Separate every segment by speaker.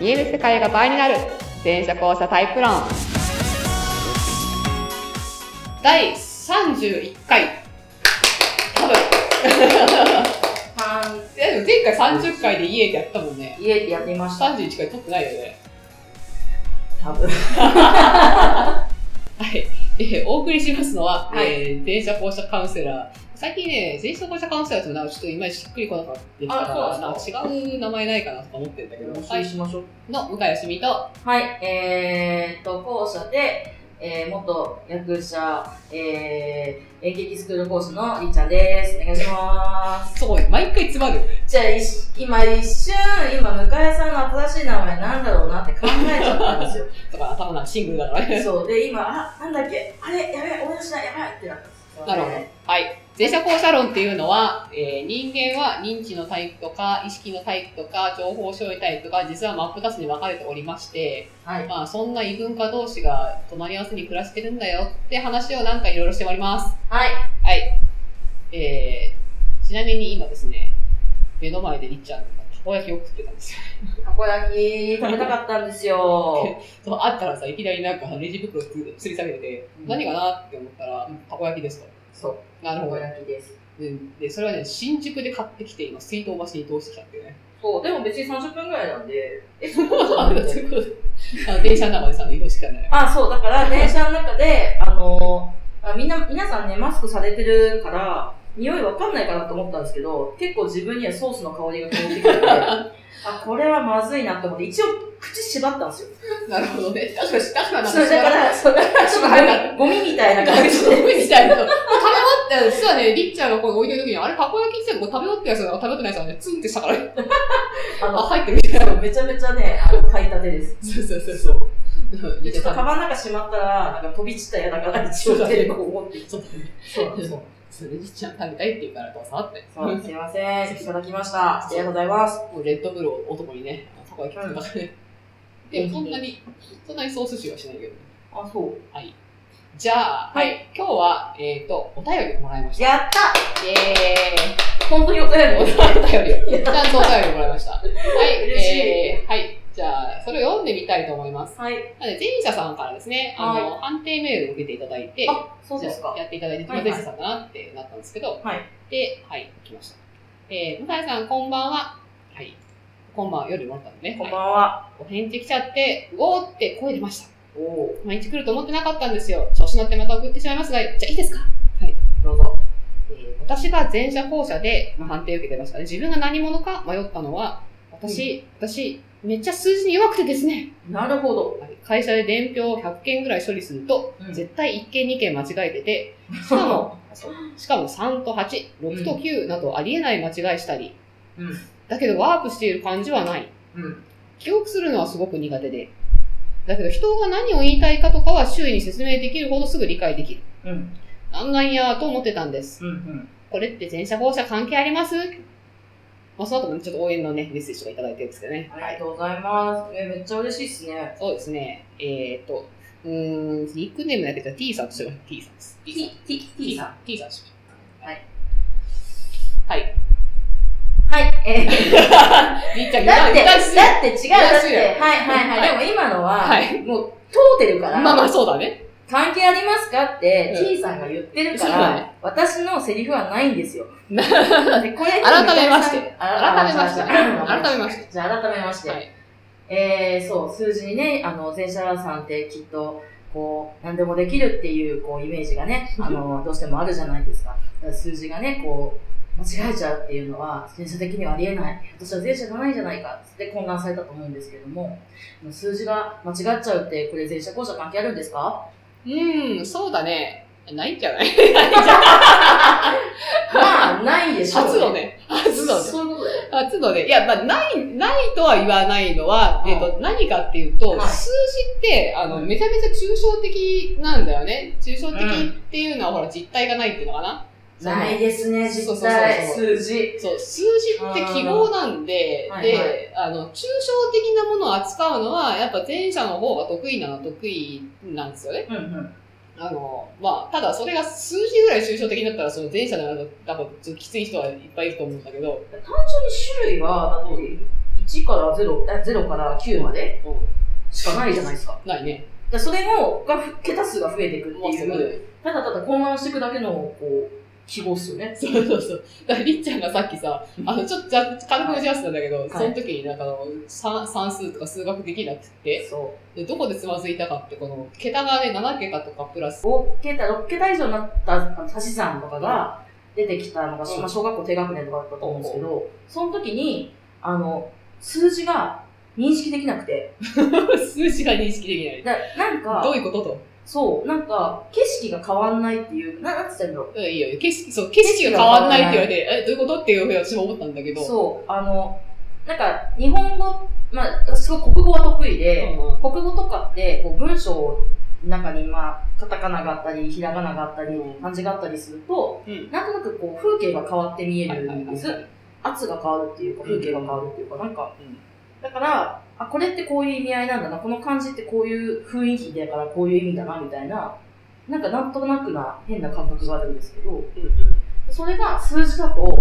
Speaker 1: 見える世界が倍になる全社交差タイプ論第31回多分
Speaker 2: はい
Speaker 1: やでも前回30回で家でやったもんね
Speaker 2: い。家でやってました。
Speaker 1: 31回撮ってないよね
Speaker 2: 多 分。
Speaker 1: はい、えーお送りしますのは、
Speaker 2: はい
Speaker 1: えー、前者後者カウンセラー。最近ね、前者後者カウンセラーっていうのはちょっといまいちしっくりこなかったですか
Speaker 2: あ
Speaker 1: ら、
Speaker 2: そう
Speaker 1: なん
Speaker 2: です
Speaker 1: か違う名前ないかなとか思ってるんだけど、最初
Speaker 2: しましょう。
Speaker 1: の向井よしみと、
Speaker 2: はい、えー、っと、校舎で、えー、元役者、えー、演劇スクール講師のりっちゃんです。お願いします。
Speaker 1: すごい、毎回詰まる。
Speaker 2: じゃあ、いし今一瞬、今、向井さんの新しい名前なんだろうなって考えちゃったんです よ。
Speaker 1: だから頭なんかシングルだからね。
Speaker 2: そう。で、今、あ、なんだっけあれ、やべえ、思い出しない、やばいってなったんですよ
Speaker 1: なるほど。はい。前者後者論っていうのは、えー人間は認知のタイプとか、意識のタイプとか、情報処理タイプが実は真っ二つに分かれておりまして、
Speaker 2: はい。
Speaker 1: まあ、そんな異文化同士が隣り合わせに暮らしてるんだよって話をなんかいろいろしております。
Speaker 2: はい。
Speaker 1: はい。えー、ちなみに今ですね、目の前でりっちゃんがたこ焼きを食ってたんですよ。
Speaker 2: たこ焼き食べたかったんですよ。
Speaker 1: そう、あったらさ、いきなりなんかレジ袋つり吊り下げてて、
Speaker 2: うん
Speaker 1: 何かなって思ったら、たこ焼きですと。
Speaker 2: そう。
Speaker 1: な
Speaker 2: た
Speaker 1: るほ
Speaker 2: こ
Speaker 1: ど、
Speaker 2: 焼きです。
Speaker 1: うんで、それはね、新宿で買ってきて、今、水道橋に移動してきたっていうね。
Speaker 2: そう。でも別に30分ぐらいなんで。え、そこじゃ
Speaker 1: あ
Speaker 2: な
Speaker 1: の
Speaker 2: い
Speaker 1: そういうことあの電車の中でさ、移動してきたんだよ。
Speaker 2: あ、そう、だ から電車の中で、あのーあみんな、皆さんね、マスクされてるから、匂いわかんないかなと思ったんですけど、結構自分にはソースの香りが香ってきて、 あ、これはまずいなと思って、一応口縛ったんですよ。
Speaker 1: なるほどね。確かに、だからなん
Speaker 2: それ
Speaker 1: か、
Speaker 2: だから、そう
Speaker 1: ちょっと早かっ
Speaker 2: ゴミみた
Speaker 1: た。ないん
Speaker 2: な
Speaker 1: か、
Speaker 2: 感じ
Speaker 1: 食べ 終
Speaker 2: で。
Speaker 1: わみたいな。食べ終わった、実はね、りっちゃんがこう置いてる時に、あれ、たこ焼きって言ってたのこう食べ終わったやつだから食べ終わってないやつはね、ツンってしたから、
Speaker 2: あ
Speaker 1: あ、
Speaker 2: の、
Speaker 1: 入ってるみたいな。
Speaker 2: めちゃめちゃね、あの、買いたてです。
Speaker 1: そうそうそうそう。
Speaker 2: でちょっとカバンの中しまったら、なんか飛び散ったら嫌だから、一応テレビを持って。
Speaker 1: そうだね。
Speaker 2: そうなんですよ。
Speaker 1: それじちゃん食べたいって言うからと触って。
Speaker 2: そうすいません。いただきました。ありがとうございます。
Speaker 1: もうレッドブルを男にね、たこ焼き食ってたからね。
Speaker 2: うん
Speaker 1: でもそんなに、そんなにソース臭はしないけど。
Speaker 2: あ、そう。
Speaker 1: はい。じゃあ、は
Speaker 2: はい
Speaker 1: い。今日は、えっと、お便りをもらいました。
Speaker 2: やった
Speaker 1: イエーイ
Speaker 2: 本当にお便り
Speaker 1: お便
Speaker 2: を。
Speaker 1: りを。 ちゃんとお便りもらいました。はい。
Speaker 2: 嬉しい
Speaker 1: えーはい。じゃあ、それを読んでみたいと思います。
Speaker 2: はい。
Speaker 1: なので、前者さんからですね、あの、判定メールを受けていただいて、
Speaker 2: あ、そうですか。
Speaker 1: やっていただいて、
Speaker 2: はいはい
Speaker 1: 前者さんだなってなったんですけど、
Speaker 2: はい。
Speaker 1: で、はい、来ました。えー、向井さん、こんばんは。はい。こんばんは、夜もらったんでね。
Speaker 2: こん
Speaker 1: はい
Speaker 2: ばんは。
Speaker 1: お返事来ちゃって、うおーって声出ました。
Speaker 2: おお。
Speaker 1: 毎日来ると思ってなかったんですよ。調子乗ってまた送ってしまいますが、じゃあいいですか
Speaker 2: どう
Speaker 1: え
Speaker 2: ぞ。
Speaker 1: ー私が前者後者で、まあ、判定を受けてましたね。自分が何者か迷ったのは、私、私、めっちゃ数字に弱くてですね。
Speaker 2: なるほど。
Speaker 1: はい会社で伝票を100件ぐらい処理すると、
Speaker 2: し
Speaker 1: 絶対1件2件間違えてて、しか も、しかも3と8、6と9などありえない間違いしたり、
Speaker 2: うん
Speaker 1: だけどワープしている感じはない。
Speaker 2: うん。
Speaker 1: 記憶するのはすごく苦手で。だけど人が何を言いたいかとかは周囲に説明できるほどすぐ理解できる。
Speaker 2: うん。
Speaker 1: なんなんやと思ってたんです。
Speaker 2: うん。
Speaker 1: これって前者後者関係ありますまあ、その後もねちょっと応援のね、メッセージとかいただいてるんですけどね。
Speaker 2: ありがとうございます。え、めっちゃ嬉しいっすね。
Speaker 1: そうですね。えー、っと、うーん、ニックネームだけど T さんとしては T さんです。
Speaker 2: T、T、T さん。。
Speaker 1: T さんとして
Speaker 2: はい。
Speaker 1: はい。
Speaker 2: はい。えー、
Speaker 1: りっちゃん、
Speaker 2: だって、
Speaker 1: 今
Speaker 2: だ
Speaker 1: 歌いすぎ
Speaker 2: って違う。だ
Speaker 1: 難
Speaker 2: っ
Speaker 1: しい
Speaker 2: て、
Speaker 1: よ
Speaker 2: はいはいは。
Speaker 1: はい
Speaker 2: でも今の
Speaker 1: は
Speaker 2: は、
Speaker 1: い。
Speaker 2: もう、通ってるから、
Speaker 1: まあまあ、そうだね。
Speaker 2: 関係ありますかって、
Speaker 1: うん
Speaker 2: T さんが言ってるか
Speaker 1: そうだ
Speaker 2: ら、私のセリフはないんです よ。
Speaker 1: な
Speaker 2: でこれ
Speaker 1: 改めまして
Speaker 2: あ
Speaker 1: 改めまして
Speaker 2: あ
Speaker 1: 改めまして
Speaker 2: じゃあ改めまして。
Speaker 1: はい
Speaker 2: えー、そう、数字にね、あの、前者さんってきっと、こう、何でもできるっていう、こう、イメージが ね、あの、どうしてもあるじゃないですか。だから数字がね、こう、間違えちゃうっていうのは、前者的にはありえない。私は前者じゃないんじゃないか、って混乱されたと思うんですけども、数字が間違っちゃうって、これ前者後者関係あるんです か
Speaker 1: うーん、そうだね。ないんじゃない
Speaker 2: まあ、ないでしょう、
Speaker 1: 初の。ね。初のね。
Speaker 2: そういうことだよ。
Speaker 1: 初のね。いや、まあ、ない、ないとは言わないのは、
Speaker 2: うん
Speaker 1: えっと、何かっていうと、
Speaker 2: はい
Speaker 1: 数字って、あの、
Speaker 2: うん
Speaker 1: めちゃめちゃ抽象的なんだよね。抽象的
Speaker 2: うん
Speaker 1: っていうのは、ほら、実体がないっていうのかな。その
Speaker 2: ないですね、
Speaker 1: そうそ
Speaker 2: 実
Speaker 1: うそう
Speaker 2: 際、
Speaker 1: そう
Speaker 2: 数字。
Speaker 1: そう、数字って記号なんで、
Speaker 2: うんはいは
Speaker 1: で、あの、抽象的なものを扱うのは、やっぱ前者の方が得意なのは得意なんですよね。
Speaker 2: うんうん。
Speaker 1: あの、まあ、ただそれが数字ぐらい抽象的になったら、その前者の方が多分ちょっときつい人はいっぱいいると思うんだけど、
Speaker 2: 単純に種類は、だって、い1から0、あ0から9まで
Speaker 1: う
Speaker 2: しかないじゃないですか。
Speaker 1: ん。ないね。
Speaker 2: だからそれも、が、桁数が増えていくって
Speaker 1: もうす
Speaker 2: いう、
Speaker 1: ぐ。
Speaker 2: ただただ混乱していくだけの、こう、記号っすよね。
Speaker 1: そうそうそう。だからりっちゃんがさっきさ、あの、ちょっとじゃ、軽く打ち合わせたんだけど、
Speaker 2: い
Speaker 1: その時になんかあの算、算数とか数学できなくて、
Speaker 2: そ
Speaker 1: でどこでつまずいたかって、この、桁がね、7桁とかプラ ス
Speaker 2: う。、5桁、6桁以上になったあの足し算とかが出てきたのが、
Speaker 1: うん
Speaker 2: まあ、小学校低学年とかだったと思うんですけど、その時に、あの、数字が認識できなくて、
Speaker 1: 数字が認識できない。
Speaker 2: だなんか、
Speaker 1: どういうことと
Speaker 2: そう、なんか、景色が変わんないっていう、ななんつったんだろ
Speaker 1: うんいいよ。景色、そう、景色が変わんないって言われて、え、どういうことっていうふうに私も思ったんだけ
Speaker 2: う。
Speaker 1: ど。
Speaker 2: そう、あの、なんか、日本語、まあ、すごい国語は得意
Speaker 1: うん
Speaker 2: で、
Speaker 1: うん。
Speaker 2: 国語とかって、こう、文章の中に、まあ、カタカナがあったり、ひらがながあったり
Speaker 1: うん、
Speaker 2: 漢字があったりすると、
Speaker 1: うん
Speaker 2: なんとなくこう、風景が変わって見え
Speaker 1: はい
Speaker 2: る
Speaker 1: はい
Speaker 2: ん
Speaker 1: はい
Speaker 2: です。圧が変わるっていうか、風景が変わるっていうか、なんか、
Speaker 1: うん
Speaker 2: だから、あ、これってこういう意味合いなんだな、この漢字ってこういう雰囲気だからこういう意味だな、みたいな、なんかなんとなくな変な感覚があるんですけど、それが数字だと、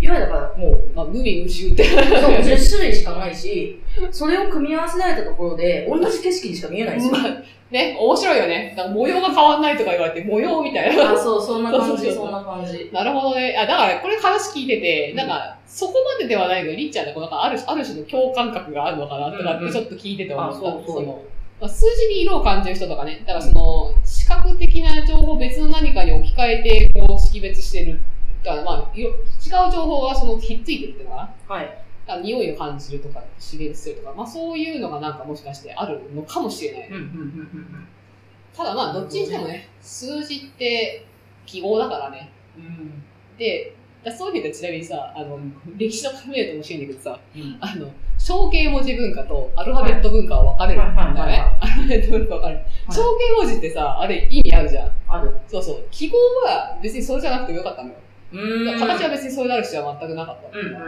Speaker 2: いわゆるだからもう、
Speaker 1: まあ、無味無臭って。
Speaker 2: そう10種類しかないし、それを組み合わせられたところで、同じ景色にしか見えないんですよ。
Speaker 1: まあ、ね、面白いよね。なんか模様が変わんないとか言われて、模様みたいな。
Speaker 2: あ、そう、そんな感
Speaker 1: そうそう
Speaker 2: じ、
Speaker 1: そう
Speaker 2: そんな感じ。
Speaker 1: なるほどね。あ、だからこれ話聞いてて、
Speaker 2: うん
Speaker 1: なんか、そこまでではないけど、りっちゃんのこうなんかあるある種の共感覚があるのかなとかっ
Speaker 2: うんう
Speaker 1: てち
Speaker 2: ん
Speaker 1: ょっと聞いてて思った。
Speaker 2: あそうそう
Speaker 1: のまあ数字に色を感じる人とかね、だからその、視覚的な情報を別の何かに置き換えて、こう、識別してる。だからまあ、色違う情報がその、ひっついてるっていうのかな。
Speaker 2: はい。
Speaker 1: だから匂いを感じるとか、刺激するとか、まあそういうのがなんかもしかしてあるのかもしれない。
Speaker 2: うん、うん、うん、うん
Speaker 1: ただまあ、どっちにしてもね、数字って記号だからね。
Speaker 2: うん。
Speaker 1: で、だそういう意味ではちなみにさ、あの、歴史の考えると面白いんだけどさ、
Speaker 2: うん。
Speaker 1: あの、象形文字文化とアルファベット文化は分かれるんだよ
Speaker 2: はいはいはい
Speaker 1: ね。アルファベット文化分かれる。
Speaker 2: はい
Speaker 1: 象形文字ってさ、あれ意味あるじゃん。
Speaker 2: ある。
Speaker 1: そうそう。記号は別にそれじゃなくてもよかったのよ。
Speaker 2: うん
Speaker 1: 形は別にそれである必要は全くなかった。
Speaker 2: うん、うん、うん。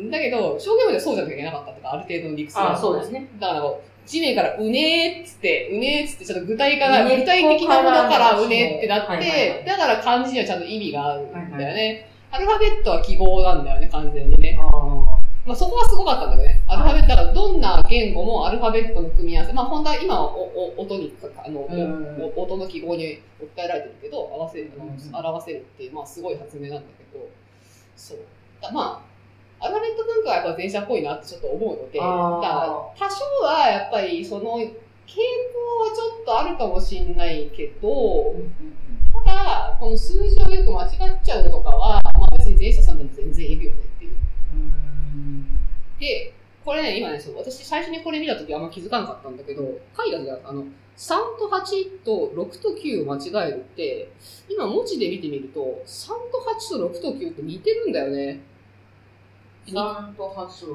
Speaker 1: うんだけど、象形文字はそうじゃなきゃいけなかったとか、ある程度の理屈が
Speaker 2: あ、そうですね。
Speaker 1: だからこう、地面からうねーっつって、うねーっつって、ちょっと具体から、
Speaker 2: うねっこ
Speaker 1: 具体的なものからうねーってな
Speaker 2: は
Speaker 1: っ
Speaker 2: いはいは
Speaker 1: て
Speaker 2: い、
Speaker 1: だから漢字にはちゃんと意味があるんだよ
Speaker 2: はい
Speaker 1: ね。アルファベットは記号なんだよね、完全にね。
Speaker 2: ああ。
Speaker 1: まあそこはすごかったんだけどね。アルファベット、だからどんな言語もアルファベットの組み合わせ、まあ本当は今はおお音に、あの、
Speaker 2: うんうん
Speaker 1: お音の記号に置き換えられてるけど、合わせる、あの
Speaker 2: うんうん
Speaker 1: 表せるっていう、まあすごい発明なんだけど、そう。だまあ、アルファベット文化はやっぱ前者っぽいなってちょっと思うので、だ
Speaker 2: あー
Speaker 1: から多少はやっぱりその傾向はちょっとあるかもしれないけど、ただ、この数字をよく間違っちゃうとかは、まあ別に前者さんでも全然いるよねっていう。
Speaker 2: うん。
Speaker 1: で、これね、今ね、そう私最初にこれ見たときあんま気づかなかったんだけど、海外ではあの、3と8と6と9を間違えるって、今文字で見てみると、3と8と6と9って似てるんだよね。に
Speaker 2: 3と8と6、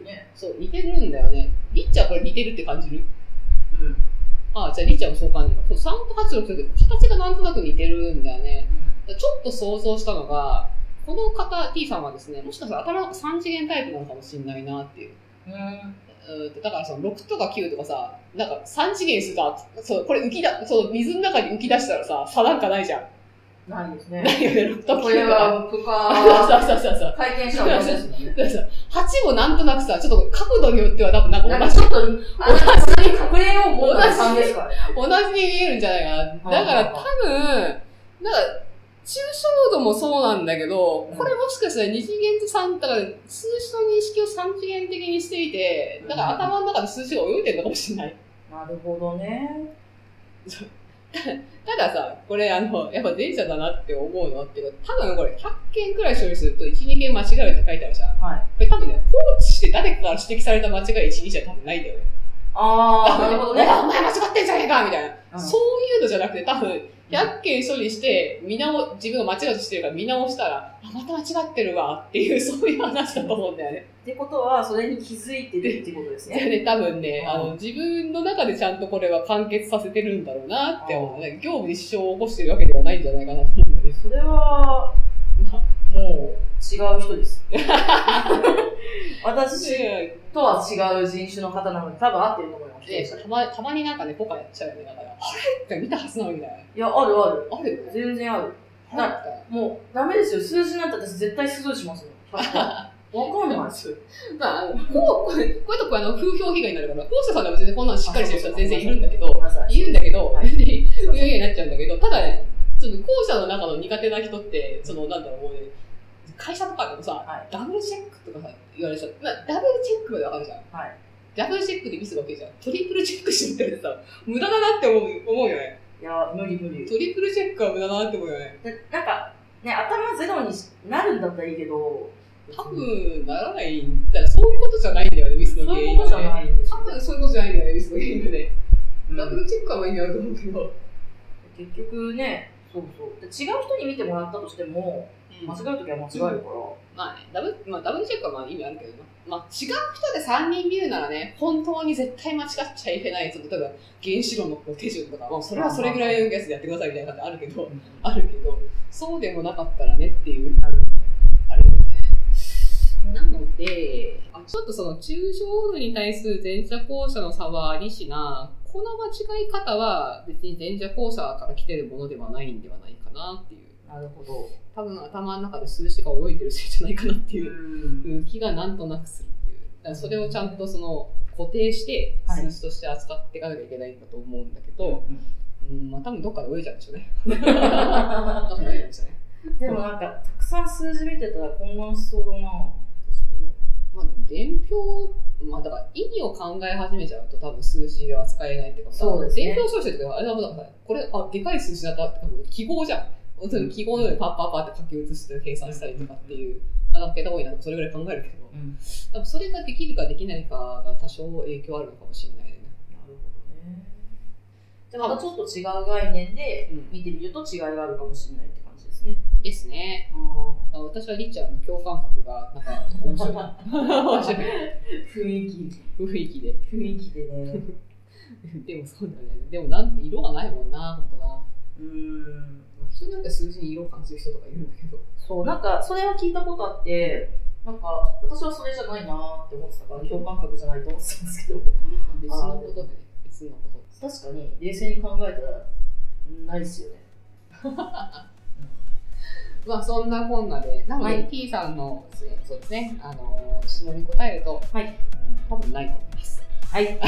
Speaker 2: 9ね。
Speaker 1: そう、似てるんだよね。りっちゃんこれ似てるって感じる
Speaker 2: うん。
Speaker 1: ああ、じゃありっちゃんもそう感じる。そう3と8と6と9って形がなんとなく似てるんだよね。ちょっと想像したのが、この方、T さんはですね、もしかしたら頭の3次元タイプなのかもしれないなっていう。
Speaker 2: うん。
Speaker 1: うーんだからその6とか9とかさ、なんか3次元にすると、そう、これ浮きだ、そう、水の中に浮き出したらさ、差なんかないじゃん。
Speaker 2: ないです
Speaker 1: な
Speaker 2: ね。
Speaker 1: いよね、6と
Speaker 2: これ
Speaker 1: 9とか。
Speaker 2: は、僕
Speaker 1: そう
Speaker 2: か、
Speaker 1: そうそうそう。
Speaker 2: 回転したら同じですもんね。
Speaker 1: だからさ8もなんとなくさ、ちょっと角度によっては多分なんか
Speaker 2: なん
Speaker 1: 同
Speaker 2: か
Speaker 1: じ
Speaker 2: ちょっと、あの、普通に隠れようもんな感じですからね。
Speaker 1: 同じに見えるんじゃないかな。だから多分、なんか、抽象度もそうなんだけど、これもしかしたら二次元と三、だから数字の認識を三次元的にしていて、だから頭の中で数字が泳いでるのかもしれない。
Speaker 2: なるほどね。
Speaker 1: たださ、これあの、やっぱ前者だなって思うのっていうか、多分これ100件くらい処理すると1、2件間違えるって書いてあるじゃん。
Speaker 2: はい
Speaker 1: これ多分ね、放置して誰かから指摘された間違い1、2じゃ多分ないんだよね。
Speaker 2: あー、なるほど
Speaker 1: お
Speaker 2: ね。
Speaker 1: 前お前間違ってんじゃねえかみたいな。そうういうのじゃなくて、多分、100件処理して、見直、自分が間違いとしてるから見直したら、あ、また間違ってるわっていう、 そういう話だと思うんだよね。
Speaker 2: ん。ってことは、それに気づいてるってことです
Speaker 1: だよ
Speaker 2: ね。
Speaker 1: ね、多分ね、
Speaker 2: うん
Speaker 1: あの、自分の中でちゃんとこれは完結させてるんだろうなって思う。なんか業務に支障を起こしてるわけではないんじゃないかなと思うんだよね。
Speaker 2: それは、もう、違う 人です。私
Speaker 1: で
Speaker 2: とは違う人種の方なので、多分合ってると思います。
Speaker 1: でたま、たまになんかね、ポカやっちゃうよね、だから、あれって見たはずなのにみたい
Speaker 2: いや、あるある。
Speaker 1: な。あるよね。
Speaker 2: 全然ある。
Speaker 1: あれみたいな
Speaker 2: もう、ダメですよ。数字になったら私絶対数字しますもん。わかんないです。
Speaker 1: まあ、あのこう、こういうとこあの、風評被害になるから、コースさんでも全然こんなんしっかりしてる人は全然いるんだけど
Speaker 2: ご、めんなさい。
Speaker 1: いるんだけど、
Speaker 2: はい
Speaker 1: 風評
Speaker 2: すいま
Speaker 1: 被
Speaker 2: せん
Speaker 1: 害になっちゃうんだけど、ただ、その、後者の中の苦手な人って、その、なんだろう、もうね、会社とかでもさ、
Speaker 2: はい
Speaker 1: ダブルチェックとかさ、言われちゃう。まあ、ダブルチェックまでわかるじゃん。
Speaker 2: はい
Speaker 1: ダブルチェックでミスが起きるじゃん。トリプルチェックしてみたらさ、無駄だなって思う思うよね。
Speaker 2: いや、無理無理。
Speaker 1: トリプルチェックは無駄だなって思うよね。
Speaker 2: でなんか、ね、頭ゼロにしなるんだったらいいけど、
Speaker 1: 多分、ならないんだから、そういうことじゃないんだよね、ミスの
Speaker 2: そう
Speaker 1: 原
Speaker 2: い
Speaker 1: 因
Speaker 2: うことじ
Speaker 1: は
Speaker 2: ゃ
Speaker 1: ね。
Speaker 2: ないんです
Speaker 1: 多
Speaker 2: よ。
Speaker 1: 分そういうことじゃないんだよね、ミスの原因がね。
Speaker 2: うん
Speaker 1: ダブルチェックはまあ意味あると思うけど。
Speaker 2: 結局ね、そうそう。で違う人に見てもらったとしても、間違うときは間違えるから。
Speaker 1: まあね、ダブル、まあダブルチェックはまあ意味あるけどな。まあ違う人で3人見るならね、本当に絶対間違っちゃいけない、その、例えば原子炉のこう手順とか、まあそれはそれぐらいのやつでやってくださいみたいなのってあるけど、あるけど、そうでもなかったらねっていう、あるよね。なので、あちょっとその抽象度に対する前者後者の差はありしな、この間違い方は別に前者後者から来てるものではないんではないかなっていう。
Speaker 2: なるほど。
Speaker 1: 多分頭の中で数字が泳いでるせいじゃないかなっていう
Speaker 2: うん。
Speaker 1: 気がなんとなくするっていう。だからそれをちゃんとその固定して
Speaker 2: はい
Speaker 1: 数字として扱っていかなきゃいけないんだと思うんだけど、うん、まあ多分どっかで泳いじゃうんでしょう ね。どっかで泳いじゃうんでしょうね。
Speaker 2: でもなんか、たくさん数字見てたら混乱しそうだな。私も。
Speaker 1: まあ、でも伝票、まあ、だから意味を考え始めちゃうと多分数字は扱えないっていうかさ
Speaker 2: そうです
Speaker 1: 伝
Speaker 2: ね
Speaker 1: 票書士ってあれだもんだからさこれあでかい数字だったって多分記号じゃん本当に記号のようにパッパッパって書き写して計算したりとかっていう、あなんか桁多いなとかそれぐらい考えるけど
Speaker 2: うん。
Speaker 1: 多分それができるかできないかが多少影響あるのかもしれないよね
Speaker 2: なるほどね。じゃあまたちょっと違う概念で
Speaker 1: うん
Speaker 2: 見てみると違いがあるかもしれないって感じですね。
Speaker 1: ですね
Speaker 2: あ
Speaker 1: あ私はりっちゃんの共感覚がなんか面白い面白い
Speaker 2: 雰囲気、
Speaker 1: 雰囲気 で
Speaker 2: 雰囲気でね。
Speaker 1: でもそうだよねでもなん色がないもんな本当な
Speaker 2: うーん。
Speaker 1: 人によって数字に色を感じる人とかいるんだけど
Speaker 2: そう、なんかそれは聞いたことあって、なんか私はそれじゃないなーって思ってたから、共感覚じゃないと思ってたんですけど、
Speaker 1: 別のことで別のことで
Speaker 2: 確かに冷静に考えたら、ないですよね。
Speaker 1: まあそんなこんなでなの
Speaker 2: は
Speaker 1: で
Speaker 2: い
Speaker 1: T さんのそうですねあの質問に答えると、
Speaker 2: はい
Speaker 1: うん多分ないと思います
Speaker 2: はい。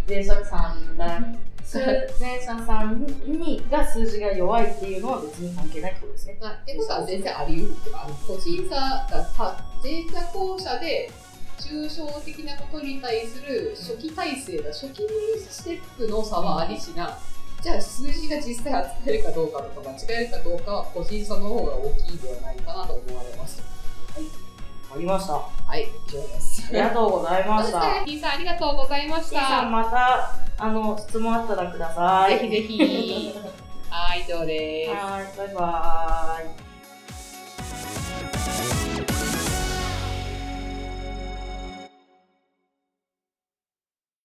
Speaker 2: 前者さんだ。数前者さんにが数字が弱いっていうのは別に関係ないってことですね。
Speaker 1: まあってことは全然あり得るっていうかあの個人差がた前者後者で抽象的なことに対する初期体制が初期ステップの差はありしなじゃあ数字が実際扱えるかどうかとか間違えるかどうかは個人差の方が大きいではないかなと思われます
Speaker 2: ありました。あ
Speaker 1: はい以上です
Speaker 2: りがとうございました。
Speaker 1: T さんありがとうございまし
Speaker 2: T さん
Speaker 1: た。
Speaker 2: またあの質問あったらください。
Speaker 1: ぜひぜひ。はい、以上です。
Speaker 2: はい、バイバーイ。